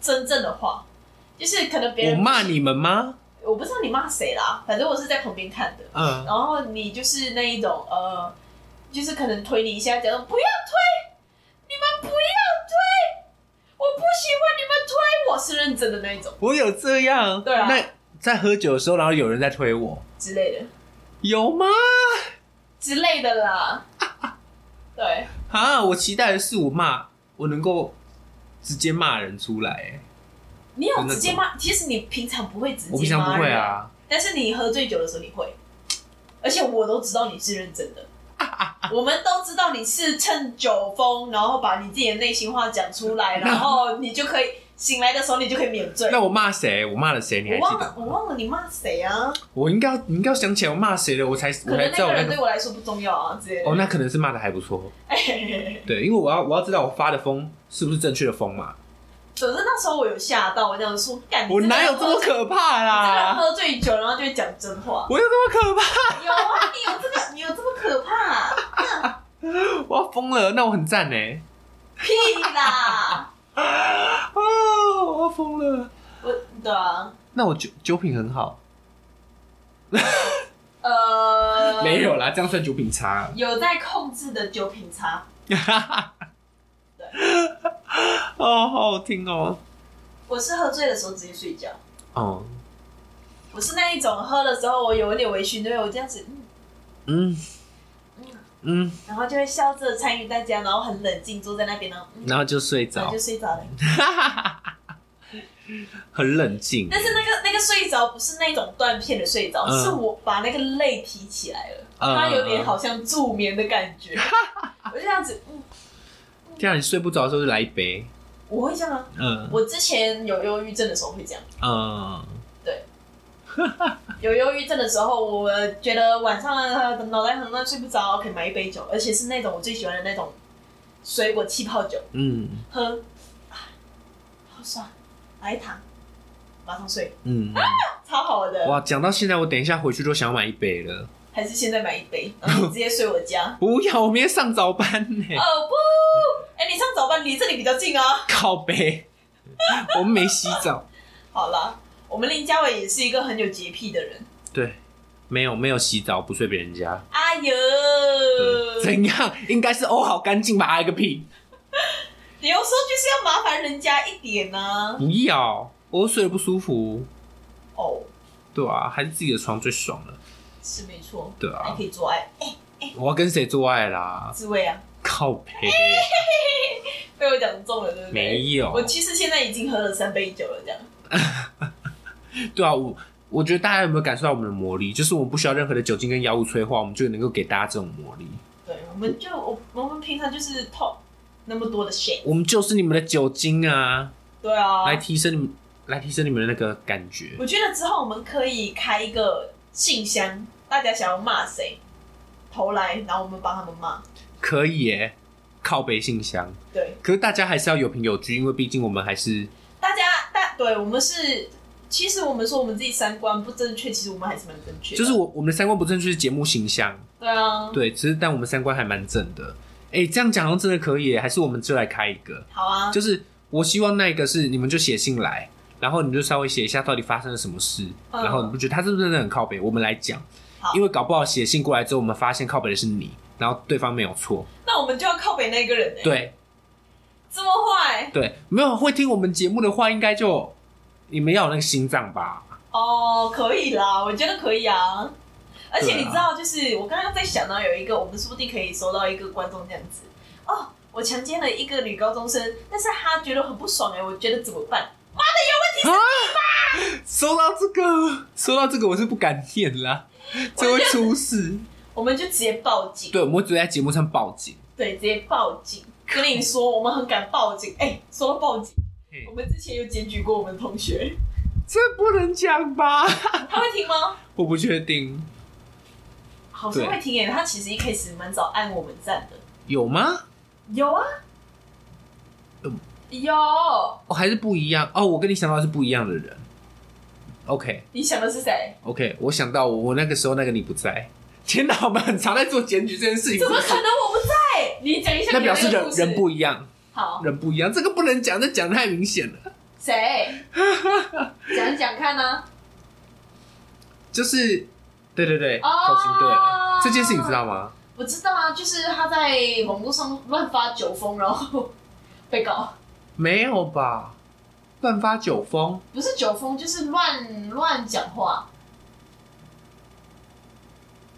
Speaker 2: 真正的话，就是可能别
Speaker 1: 我
Speaker 2: 人
Speaker 1: 骂，你们吗？
Speaker 2: 我不知道你骂谁啦，反正我是在旁边看的。
Speaker 1: 嗯，
Speaker 2: 然后你就是那一种呃，就是可能推你一下，假装不要推，你们不要推，我不喜欢你们推，我是认真的那一种
Speaker 1: 我有这样。
Speaker 2: 对啊
Speaker 1: 那在喝酒的时候，然后有人在推我，
Speaker 2: 之类的
Speaker 1: 有吗？
Speaker 2: 之类的啦。对，
Speaker 1: 啊，我期待的是我骂，我能够直接骂人出来。哎
Speaker 2: 你有直接骂，其实你平常不会直接骂
Speaker 1: 我平常不会
Speaker 2: 人，
Speaker 1: 啊。
Speaker 2: 但是你喝醉酒的时候你会，而且我都知道你是认 真的。我们都知道你是趁酒疯，然后把你自己的内心话讲出来，然后你就可以醒来的时候，你就可以免罪。
Speaker 1: 那我骂谁？我骂了谁？你还
Speaker 2: 我
Speaker 1: 记
Speaker 2: 忘
Speaker 1: 得
Speaker 2: 了，我
Speaker 1: 吗？
Speaker 2: 忘了你骂谁啊？
Speaker 1: 我应该要，你应该要想起来我骂谁了，我才
Speaker 2: 可
Speaker 1: 我才
Speaker 2: 能
Speaker 1: 知
Speaker 2: 那
Speaker 1: 道
Speaker 2: 个
Speaker 1: 我那
Speaker 2: 人对
Speaker 1: 个。
Speaker 2: 我来说不重要啊，之类的。
Speaker 1: 哦，那可能是骂的还不错。
Speaker 2: 哎
Speaker 1: 对，因为我要我要知道我发的疯是不是正确的疯嘛。
Speaker 2: 总之那时候我有吓到，我这样说，干，你
Speaker 1: 我哪有
Speaker 2: 个
Speaker 1: 这么可怕啊
Speaker 2: 你这个人
Speaker 1: 啦？
Speaker 2: 喝醉酒，然后就会讲真话。
Speaker 1: 我有这么可怕？
Speaker 2: 有啊，你有这个，你有这么可怕？啊
Speaker 1: 我要疯了，那我很赞哎！
Speaker 2: 屁啦！
Speaker 1: 啊，我要疯了。
Speaker 2: 我对啊，
Speaker 1: 那我酒酒品很好，
Speaker 2: 呃，
Speaker 1: 没有啦，这样算酒品差。
Speaker 2: 有在控制的酒品差，
Speaker 1: 哦，好好听哦。哦
Speaker 2: 我是喝醉的时候直接睡觉，
Speaker 1: 哦，
Speaker 2: 我是那一种喝了之后我有一点微醺，对我这样子，嗯
Speaker 1: 嗯
Speaker 2: 嗯，
Speaker 1: 嗯，
Speaker 2: 然后就会笑着参与大家，然后很冷静坐在那边，然后嗯，
Speaker 1: 然后就睡
Speaker 2: 然
Speaker 1: 着
Speaker 2: 后就，睡着了。
Speaker 1: 很冷静。
Speaker 2: 但是那个那个睡着不是那种断片的睡着，
Speaker 1: 嗯
Speaker 2: 是我把那个泪提起来了，
Speaker 1: 嗯
Speaker 2: 它有点好像助眠的感 觉。我就这样子，嗯，
Speaker 1: 天啊，你睡不着的时候就来一杯，
Speaker 2: 我会这样啊。
Speaker 1: 嗯
Speaker 2: 我之前有忧郁症的时候会这样，
Speaker 1: 嗯，
Speaker 2: 有忧郁症的时候，我觉得晚上呃脑袋很乱，睡不着，可以买一杯酒，而且是那种我最喜欢的那种水果气泡酒，
Speaker 1: 嗯
Speaker 2: 喝，啊好爽，来一糖，马上睡，
Speaker 1: 嗯，
Speaker 2: 超好的。
Speaker 1: 哇！讲到现在，我等一下回去都想要买一杯了。。
Speaker 2: 还是现在买一杯，然后你直接睡我家
Speaker 1: 不要，我明天上早班呢、
Speaker 2: 哦不，哎、你上早班离这里比较近啊。
Speaker 1: 靠杯，我们没洗澡。
Speaker 2: 好啦，我们林嘉伟也是一个很有洁癖的人。
Speaker 1: 对，没有没有洗澡，不睡别人家。
Speaker 2: 哎呦，
Speaker 1: 对怎样？应该是哦，好干净吧？爱个屁！
Speaker 2: 你有时候就是要麻烦人家一点呢、啊
Speaker 1: 不要，我睡得不舒服。
Speaker 2: 哦，
Speaker 1: 对啊，还是自己的床最爽了。
Speaker 2: 是没错，
Speaker 1: 对啊
Speaker 2: 还可以做爱。哎、
Speaker 1: 我要跟谁做爱啦？
Speaker 2: 滋味啊，
Speaker 1: 靠背，
Speaker 2: 被我讲中了，对不对？
Speaker 1: 没有
Speaker 2: 我其实现在已经喝了三杯酒了，这样。
Speaker 1: 对啊，我我觉得大家有没有感受到我们的魔力？就是我们不需要任何的酒精跟药物催化，我们就能够给大家这种魔力。
Speaker 2: 对，我们就我我们平常就是透那么多的 shit。
Speaker 1: 我们就是你们的酒精啊，
Speaker 2: 对啊，
Speaker 1: 来提升你们，来提升你们的那个感觉。
Speaker 2: 我觉得之后我们可以开一个信箱，大家想要骂谁，投来，然后我们帮他们骂。
Speaker 1: 可以耶、靠背信箱。
Speaker 2: 对，
Speaker 1: 可是大家还是要有凭有据，因为毕竟我们还是
Speaker 2: 大家大对我们是，其实我们说我们自己三观不正确，其实我们还是蛮正确的。
Speaker 1: 就是我我们的三观不正就是节目形象，
Speaker 2: 对啊，
Speaker 1: 对，只是但我们三观还蛮正的。哎、这样讲好像真的可以耶、还是我们就来开一个，
Speaker 2: 好啊，
Speaker 1: 就是我希望那一个是你们就写信来，然后你就稍微写一下到底发生了什么事，
Speaker 2: 嗯
Speaker 1: 然后你不觉得他是不是真的很靠北？我们来讲
Speaker 2: 好，
Speaker 1: 因为搞不好写信过来之后，我们发现靠北的是你，然后对方没有错，
Speaker 2: 那我们就要靠北那个人哎、
Speaker 1: 对
Speaker 2: 这么坏
Speaker 1: 对，没有会听我们节目的话，应该就你们要有那个心脏吧？
Speaker 2: 哦，可以啦，我觉得可以啊。而
Speaker 1: 对
Speaker 2: 且
Speaker 1: 啊
Speaker 2: 你知道，就是我刚刚在想到有一个，我们说不定可以收到一个观众这样子哦，我强奸了一个女高中生，但是她觉得很不爽哎、我觉得怎么办？
Speaker 1: 说到这个，说到这个，我是不敢念啦，这会出事。
Speaker 2: 我们就直接报警，
Speaker 1: 对，我们会直接在节目上报警。
Speaker 2: 对，直接报警。跟你说，我们很敢报 警。哎、说到报警
Speaker 1: 嘿，
Speaker 2: 我们之前有检举过我们同学，
Speaker 1: 这不能讲吧？
Speaker 2: 他会听吗？
Speaker 1: 我不确定，
Speaker 2: 好像
Speaker 1: 对
Speaker 2: 会听耶、他其实一开始蛮早按我们赞的。
Speaker 1: 有吗？
Speaker 2: 有啊，
Speaker 1: 嗯
Speaker 2: 有。
Speaker 1: 哦，还是不一样哦。我跟你想到的是不一样的人。OK
Speaker 2: 你想的是谁？
Speaker 1: OK，我想到我我那个时候那个你不在。天哪，我们很常在做检举这件事情，
Speaker 2: 怎么可能我不在？你讲一下
Speaker 1: 那
Speaker 2: 你的
Speaker 1: 表示
Speaker 2: 那个
Speaker 1: 人
Speaker 2: 故事。
Speaker 1: 人不一样，
Speaker 2: 好，
Speaker 1: 人不一样，这个不能讲，这讲得太明显了。
Speaker 2: 谁？讲一讲看 呢、啊？
Speaker 1: 就是，对对对，
Speaker 2: 哦
Speaker 1: 口型对了，这件事你知道吗？
Speaker 2: 我知道啊，就是他在网络上乱发酒疯，然后被告。
Speaker 1: 没有吧？乱发酒疯，
Speaker 2: 不是酒疯，就是乱乱讲话。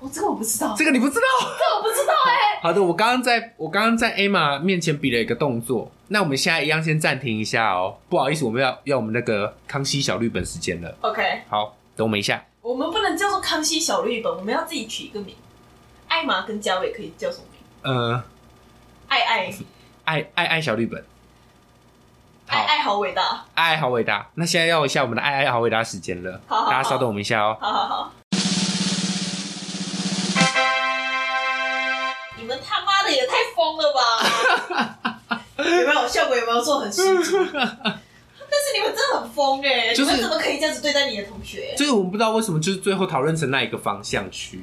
Speaker 2: 我、这个我不知道，
Speaker 1: 这个你不知道。
Speaker 2: 这个我不知道哎、
Speaker 1: 好的，我刚刚在我刚刚在 Emma 面前比了一个动作，那我们现在一样先暂停一下哦，不好意思，我们要要我们那个康熙小绿本时间了，
Speaker 2: OK，
Speaker 1: 好，等我们一下，
Speaker 2: 我们不能叫做康熙小绿本，我们要自己取一个名。艾玛跟嘉伟可以叫什么名？
Speaker 1: 呃，
Speaker 2: 爱爱
Speaker 1: 爱爱爱小绿本，
Speaker 2: 爱
Speaker 1: 好，
Speaker 2: 爱好伟大，
Speaker 1: 爱爱好伟大，那现在要一下我们的爱爱好伟大时间了，
Speaker 2: 好好好
Speaker 1: 大家稍等我们一下哦，
Speaker 2: 好好好。你们他妈的也太疯了吧！ 有没有效果？有没有做很十足？但是你们真的很疯哎、
Speaker 1: 就是
Speaker 2: 你们怎么可以这样子对待你的同学？
Speaker 1: 这个我们不知道为什么就是最后讨论成那一个方向去，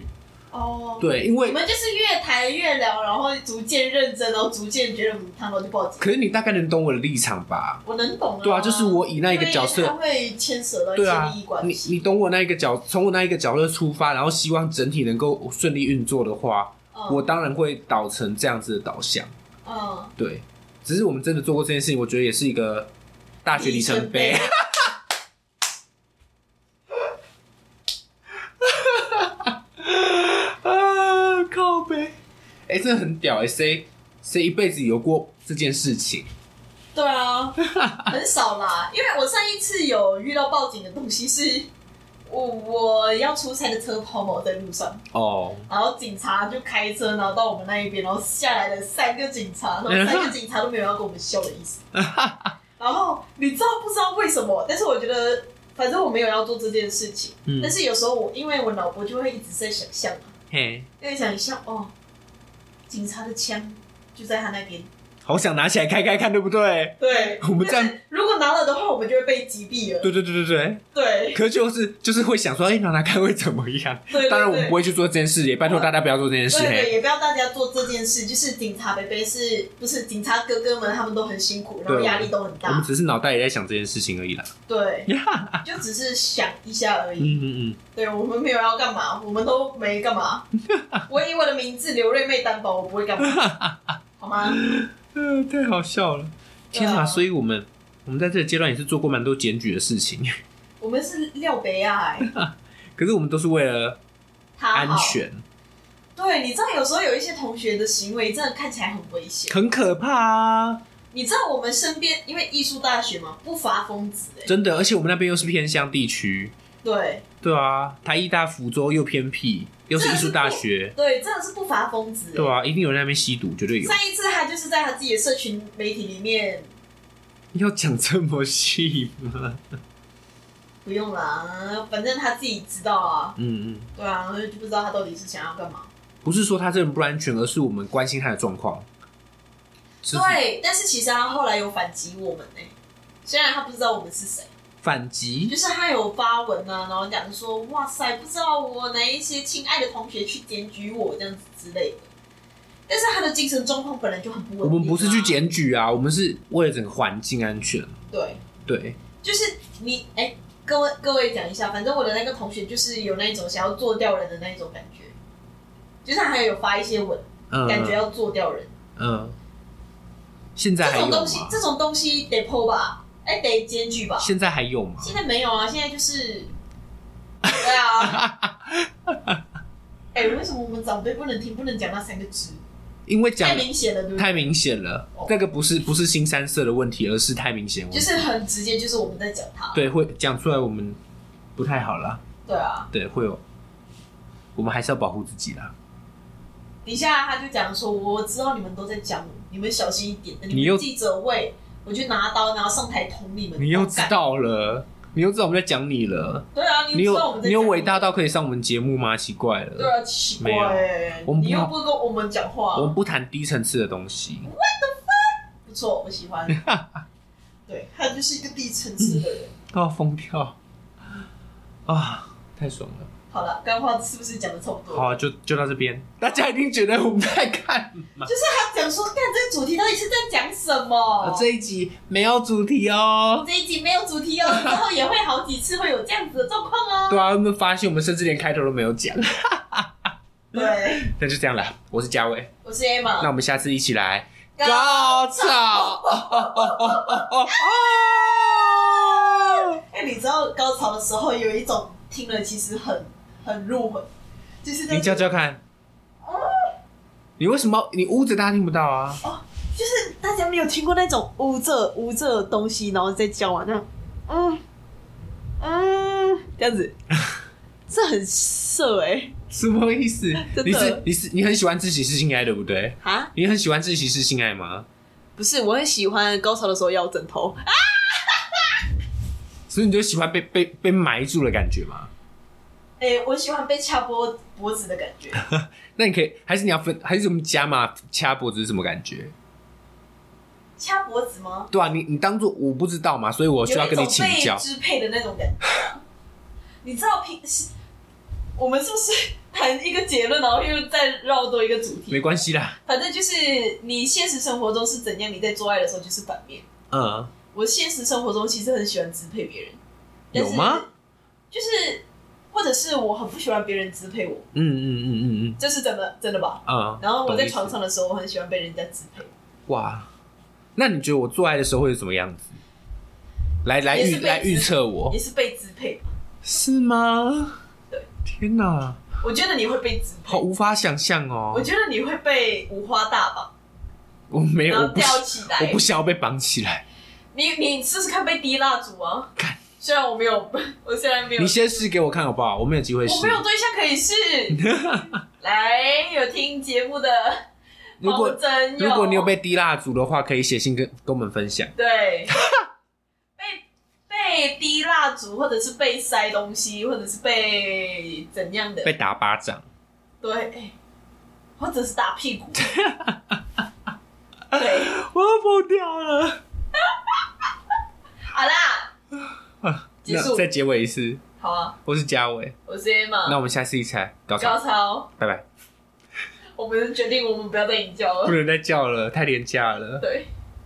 Speaker 2: 哦，
Speaker 1: 对，因
Speaker 2: 你
Speaker 1: 为
Speaker 2: 们就是越谈越聊，然后逐渐认真，然后逐渐觉得母汤，然后就报警。
Speaker 1: 可是你大概能懂我的立场吧？
Speaker 2: 我能懂啊。
Speaker 1: 对啊，就是我以那一个角色
Speaker 2: 因为他会牵扯到一
Speaker 1: 对
Speaker 2: 些
Speaker 1: 啊
Speaker 2: 利益，关
Speaker 1: 你
Speaker 2: 系。
Speaker 1: 你懂我那一个角，从我那一个角色出发，然后希望整体能够顺利运作的话，
Speaker 2: 嗯
Speaker 1: 我当然会导成这样子的导向。
Speaker 2: 嗯，
Speaker 1: 对，只是我们真的做过这件事情，我觉得也是一个大学里程碑。 啊哎、这很屌哎、谁谁一辈子有过这件事情？
Speaker 2: 对啊，很少啦，因为我上一次有遇到报警的东西是，我我要出差的车抛锚在路上，
Speaker 1: 哦，
Speaker 2: 然后警察就开车，然后到我们那一边，然后下来了三个警察，然后三个警察都没有要跟我们笑的意思。然后你知道不知道为什么？但是我觉得反正我没有要做这件事情，
Speaker 1: 嗯
Speaker 2: 但，是有时候我因为我脑波就会一直在想象嘛，
Speaker 1: 嘿，
Speaker 2: 因为想象哦，警察的枪就在他那边，
Speaker 1: 好想拿起来开开看，对不对？
Speaker 2: 对，
Speaker 1: 我们这样
Speaker 2: 但是如果拿了的话，我们就会被击毙了。
Speaker 1: 对对对对对。
Speaker 2: 对，
Speaker 1: 可是就是就是会想说，哎、拿拿看会怎么样？
Speaker 2: 对对
Speaker 1: 当然我们
Speaker 2: 对
Speaker 1: 不会去做这件事，也拜托大家不要做这件事。
Speaker 2: 对对，
Speaker 1: 嘿，
Speaker 2: 也不要大家做这件事，就是警察伯伯是不是警察哥哥们他们都很辛苦，然后
Speaker 1: 对
Speaker 2: 压力都很
Speaker 1: 我们
Speaker 2: 大，
Speaker 1: 只是脑袋也在想这件事情而已啦。
Speaker 2: 对，
Speaker 1: 呀，
Speaker 2: 就只是想一下而已。
Speaker 1: 嗯嗯嗯，
Speaker 2: 对我们没有要干嘛，我们都没 干嘛。我以我的名字刘瑞妹担保，我不会干嘛， 好吗？
Speaker 1: 呃，太好笑了，天
Speaker 2: 对
Speaker 1: 哪！
Speaker 2: 啊
Speaker 1: 所以我们我们在这个阶段也是做过蛮多检举的事情，
Speaker 2: 我们是廖北亚、欸，
Speaker 1: 可是我们都是为了
Speaker 2: 他好
Speaker 1: 安。全，
Speaker 2: 对，你知道有时候有一些同学的行为真的看起来很危险。
Speaker 1: 很可怕啊！
Speaker 2: 你知道我们身边因为艺术大学嘛，不乏疯子哎、欸。
Speaker 1: 真的，而且我们那边又是偏乡地区，
Speaker 2: 对
Speaker 1: 对啊，台艺大福州又偏僻，又是艺术大学，
Speaker 2: 对，真的是不乏疯子、欸。
Speaker 1: 对啊，一定有人在那边吸毒，绝对有。
Speaker 2: 上一次他就是在他自己的社群媒体里面，
Speaker 1: 要讲这么细 吗？
Speaker 2: 不用啦，反正他自己知道啊，
Speaker 1: 嗯嗯。
Speaker 2: 对啊，就不知道他到底是想要干嘛。
Speaker 1: 不是说他这人不安全，而是我们关心他的状况。是
Speaker 2: 对，但是其实他后来有反击我们呢、虽然他不知道我们是谁，
Speaker 1: 反
Speaker 2: 就
Speaker 1: 击，
Speaker 2: 是他有发文啊，然后讲说哇塞，不知道我哪一些亲爱的同学去检举我这样子之类的。但是他的精神状况本来就很不稳定、啊
Speaker 1: 我们不是去，检举啊，我们是为了整个环境安全。
Speaker 2: 对，
Speaker 1: 对，
Speaker 2: 就是你哎、各位各位讲一下，反正我的那个同学就是有那种想要做掉人的那种感觉，就是他还有发一些文，
Speaker 1: 嗯，
Speaker 2: 感觉要做掉人、
Speaker 1: 嗯，现在
Speaker 2: 这
Speaker 1: 还有
Speaker 2: 种
Speaker 1: 吗
Speaker 2: 东？西，这种东西得剖吧，哎、得检举吧。
Speaker 1: 现在还有吗？
Speaker 2: 现在没有啊，现在 就是，对啊。哎、为什么我们长辈不能听不能讲那三个字？
Speaker 1: 因为讲
Speaker 2: 太明显了，对不对？
Speaker 1: 太明显了
Speaker 2: 哦，
Speaker 1: 这个不是不是新三色的问题，而是太明显了。
Speaker 2: 就是很直接，就是我们在讲他。
Speaker 1: 对，会讲出来我们不太好啦。
Speaker 2: 对啊，
Speaker 1: 对，会有，我们还是要保护自己啦。
Speaker 2: 底下他就讲说，我知道你们都在讲我，你们小心一点，等
Speaker 1: 你
Speaker 2: 你
Speaker 1: 又
Speaker 2: 们记者会，我就拿刀然后上台捅你们。
Speaker 1: 你又
Speaker 2: 我
Speaker 1: 知
Speaker 2: 干？
Speaker 1: 道了，你又知道我们在讲你了。
Speaker 2: 对啊，
Speaker 1: 你
Speaker 2: 你又知道我
Speaker 1: 有
Speaker 2: 们在
Speaker 1: 你有
Speaker 2: 讲
Speaker 1: 伟。大到可以上我们节目吗？奇怪了，
Speaker 2: 对啊，奇怪、
Speaker 1: 没有
Speaker 2: 欸
Speaker 1: 我们，不
Speaker 2: 你又不跟我们讲话。
Speaker 1: 我们不谈低层次的东西。
Speaker 2: 不错，我喜 欢。对，他就是一个低层次的人。
Speaker 1: 都要疯掉啊！太爽了。
Speaker 2: 好了，干话是不是讲的差不多？
Speaker 1: 好、啊，就就到这边。大家一定觉得我们在干嘛？
Speaker 2: 就是他讲说，干这个主题到底是在讲什么？
Speaker 1: 啊这一集没有主题哦。
Speaker 2: 这一集没有主题哦，之后也会好几次会有这样子的状况哦。
Speaker 1: 对啊，有没有发现我们甚至连开头都没有讲？
Speaker 2: 对，
Speaker 1: 那就这样啦。我是嘉伟，
Speaker 2: 我是
Speaker 1: 那
Speaker 2: Emma。
Speaker 1: 我们下次一起来
Speaker 2: 高
Speaker 1: 高潮。啊
Speaker 2: 哎、你知道高潮的时候有一种听了其实很很入魂，就是那
Speaker 1: 你叫叫看，你为什么你捂着大家听不到啊？
Speaker 2: 就是大家没有听过那种捂着捂着东西，然后再叫啊，那样，嗯嗯，这 样子，这很色哎、
Speaker 1: 什么意思？
Speaker 2: 真的
Speaker 1: 你是你是你很喜欢自己是性爱对不对？
Speaker 2: 啊！
Speaker 1: 你很喜欢自习室性爱吗？
Speaker 2: 不是，我很喜欢高潮的时候要枕头，
Speaker 1: 所以你就喜欢被被被埋住的感觉吗？
Speaker 2: 哎、我喜欢被掐脖脖子的感 觉，
Speaker 1: 那你可以，还是你要分，还是我们加码掐脖子是什么感觉？
Speaker 2: 掐脖子吗？
Speaker 1: 对啊，你你当做我不知道嘛，所以我需要跟你请
Speaker 2: 有一种
Speaker 1: 教
Speaker 2: 被。支配的那种感觉 啊。你知道平时我们是不是谈一个结论，然后又再绕多一个主
Speaker 1: 没
Speaker 2: 题？
Speaker 1: 关系啦，
Speaker 2: 反正就是你现实生活中是怎样，你在做爱的时候就是反面。
Speaker 1: 嗯，
Speaker 2: 我现实生活中其实很喜欢支配别人，但
Speaker 1: 有
Speaker 2: 是
Speaker 1: 吗？？
Speaker 2: 就是或者是我很不喜欢别人支配我，
Speaker 1: 嗯嗯嗯嗯嗯
Speaker 2: 这是真的真的吧？
Speaker 1: 嗯。
Speaker 2: 然后我在
Speaker 1: 懂意思
Speaker 2: 床上的时候，我很喜欢被人家支配，
Speaker 1: 哇，那你觉得我做爱的时候会是什么样子？来来
Speaker 2: 也是
Speaker 1: 预
Speaker 2: 被
Speaker 1: 来
Speaker 2: 支
Speaker 1: 预测我
Speaker 2: 也是被支配。
Speaker 1: 是吗？
Speaker 2: 对，
Speaker 1: 天哪！
Speaker 2: 我觉得你会被支配
Speaker 1: 好，无法想象哦
Speaker 2: 我。觉得你会被五花大绑，
Speaker 1: 我没有，哎
Speaker 2: 然
Speaker 1: 我
Speaker 2: 后
Speaker 1: 不
Speaker 2: 吊起来。
Speaker 1: 我不想要被绑起来。
Speaker 2: 你你试试看被滴蜡烛啊
Speaker 1: 干！
Speaker 2: 虽然我没有， 我虽然没有，
Speaker 1: 你先试给我看好不好？我没有机会试
Speaker 2: 我。没有对象可 以试。来，有听节目的
Speaker 1: 如果
Speaker 2: 黄真佑
Speaker 1: 如果你有被滴蜡烛的话，可以写信跟跟我们分享。
Speaker 2: 对被被滴蜡烛，或者是被塞东西，或者是被怎样的
Speaker 1: 被打巴掌，
Speaker 2: 对，或者是打屁 股。对，
Speaker 1: 我要疯掉了。
Speaker 2: 好啦，结束
Speaker 1: 啊那再结尾一次，
Speaker 2: 好啊，
Speaker 1: 我是嘉伟。
Speaker 2: 我是 Emma，
Speaker 1: 那我们下次一起来搞
Speaker 2: 高
Speaker 1: 笑，
Speaker 2: 超，
Speaker 1: 拜拜。
Speaker 2: 我们决定我们不要再营教
Speaker 1: 不
Speaker 2: 了。
Speaker 1: 能再叫了，太廉价了。
Speaker 2: 对，